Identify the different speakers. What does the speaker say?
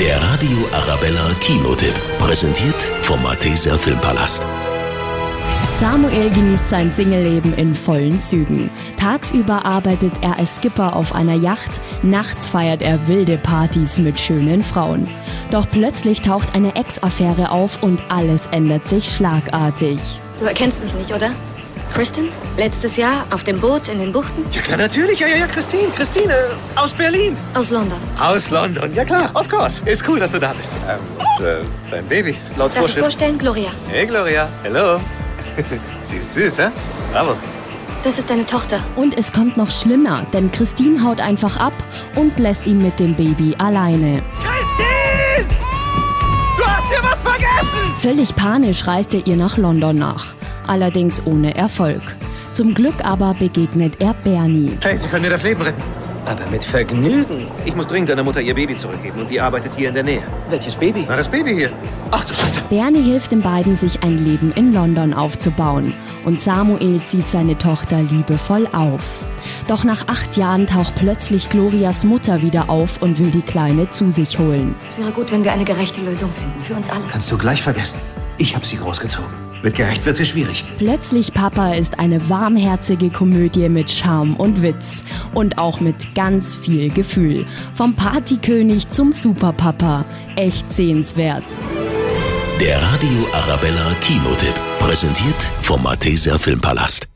Speaker 1: Der Radio Arabella Kinotipp. Präsentiert vom Malteser Filmpalast.
Speaker 2: Samuel genießt sein Single-Leben in vollen Zügen. Tagsüber arbeitet er als Skipper auf einer Yacht, nachts feiert er wilde Partys mit schönen Frauen. Doch plötzlich taucht eine Ex-Affäre auf und alles ändert sich schlagartig.
Speaker 3: Du erkennst mich nicht, oder? Kristen? Letztes Jahr auf dem Boot in den Buchten?
Speaker 4: Ja klar, natürlich. Ja, ja, ja, Christine, Christine. Aus Berlin.
Speaker 3: Aus London.
Speaker 4: Aus London. Ja klar, of course. Ist cool, dass du da bist. Ähm, und, äh, dein Baby. Laut
Speaker 3: Darf ich
Speaker 4: Vorschrift.
Speaker 3: vorstellen, Gloria?
Speaker 4: Hey, Gloria. Hello. Sie ist süß, hä? Bravo.
Speaker 3: Das ist deine Tochter.
Speaker 2: Und es kommt noch schlimmer, denn Christine haut einfach ab und lässt ihn mit dem Baby alleine.
Speaker 4: Christine! Du hast hier was vergessen!
Speaker 2: Völlig panisch reist er ihr nach London nach. Allerdings ohne Erfolg. Zum Glück aber begegnet er Bernie.
Speaker 4: Hey, Sie können mir das Leben retten.
Speaker 5: Aber mit Vergnügen.
Speaker 4: Ich muss dringend deiner Mutter ihr Baby zurückgeben und die arbeitet hier in der Nähe.
Speaker 5: Welches Baby?
Speaker 4: Na, das Baby hier. Ach du Scheiße.
Speaker 2: Bernie hilft den beiden, sich ein Leben in London aufzubauen. Und Samuel zieht seine Tochter liebevoll auf. Doch nach acht Jahren taucht plötzlich Glorias Mutter wieder auf und will die Kleine zu sich holen.
Speaker 3: Es wäre gut, wenn wir eine gerechte Lösung finden. Für uns alle.
Speaker 4: Kannst du gleich vergessen. Ich habe sie großgezogen. Mit gerecht wird sie schwierig.
Speaker 2: Plötzlich Papa ist eine warmherzige Komödie mit Charme und Witz. Und auch mit ganz viel Gefühl. Vom Partykönig zum Superpapa. Echt sehenswert.
Speaker 1: Der Radio Arabella Kinotipp. Präsentiert vom Malteser Filmpalast.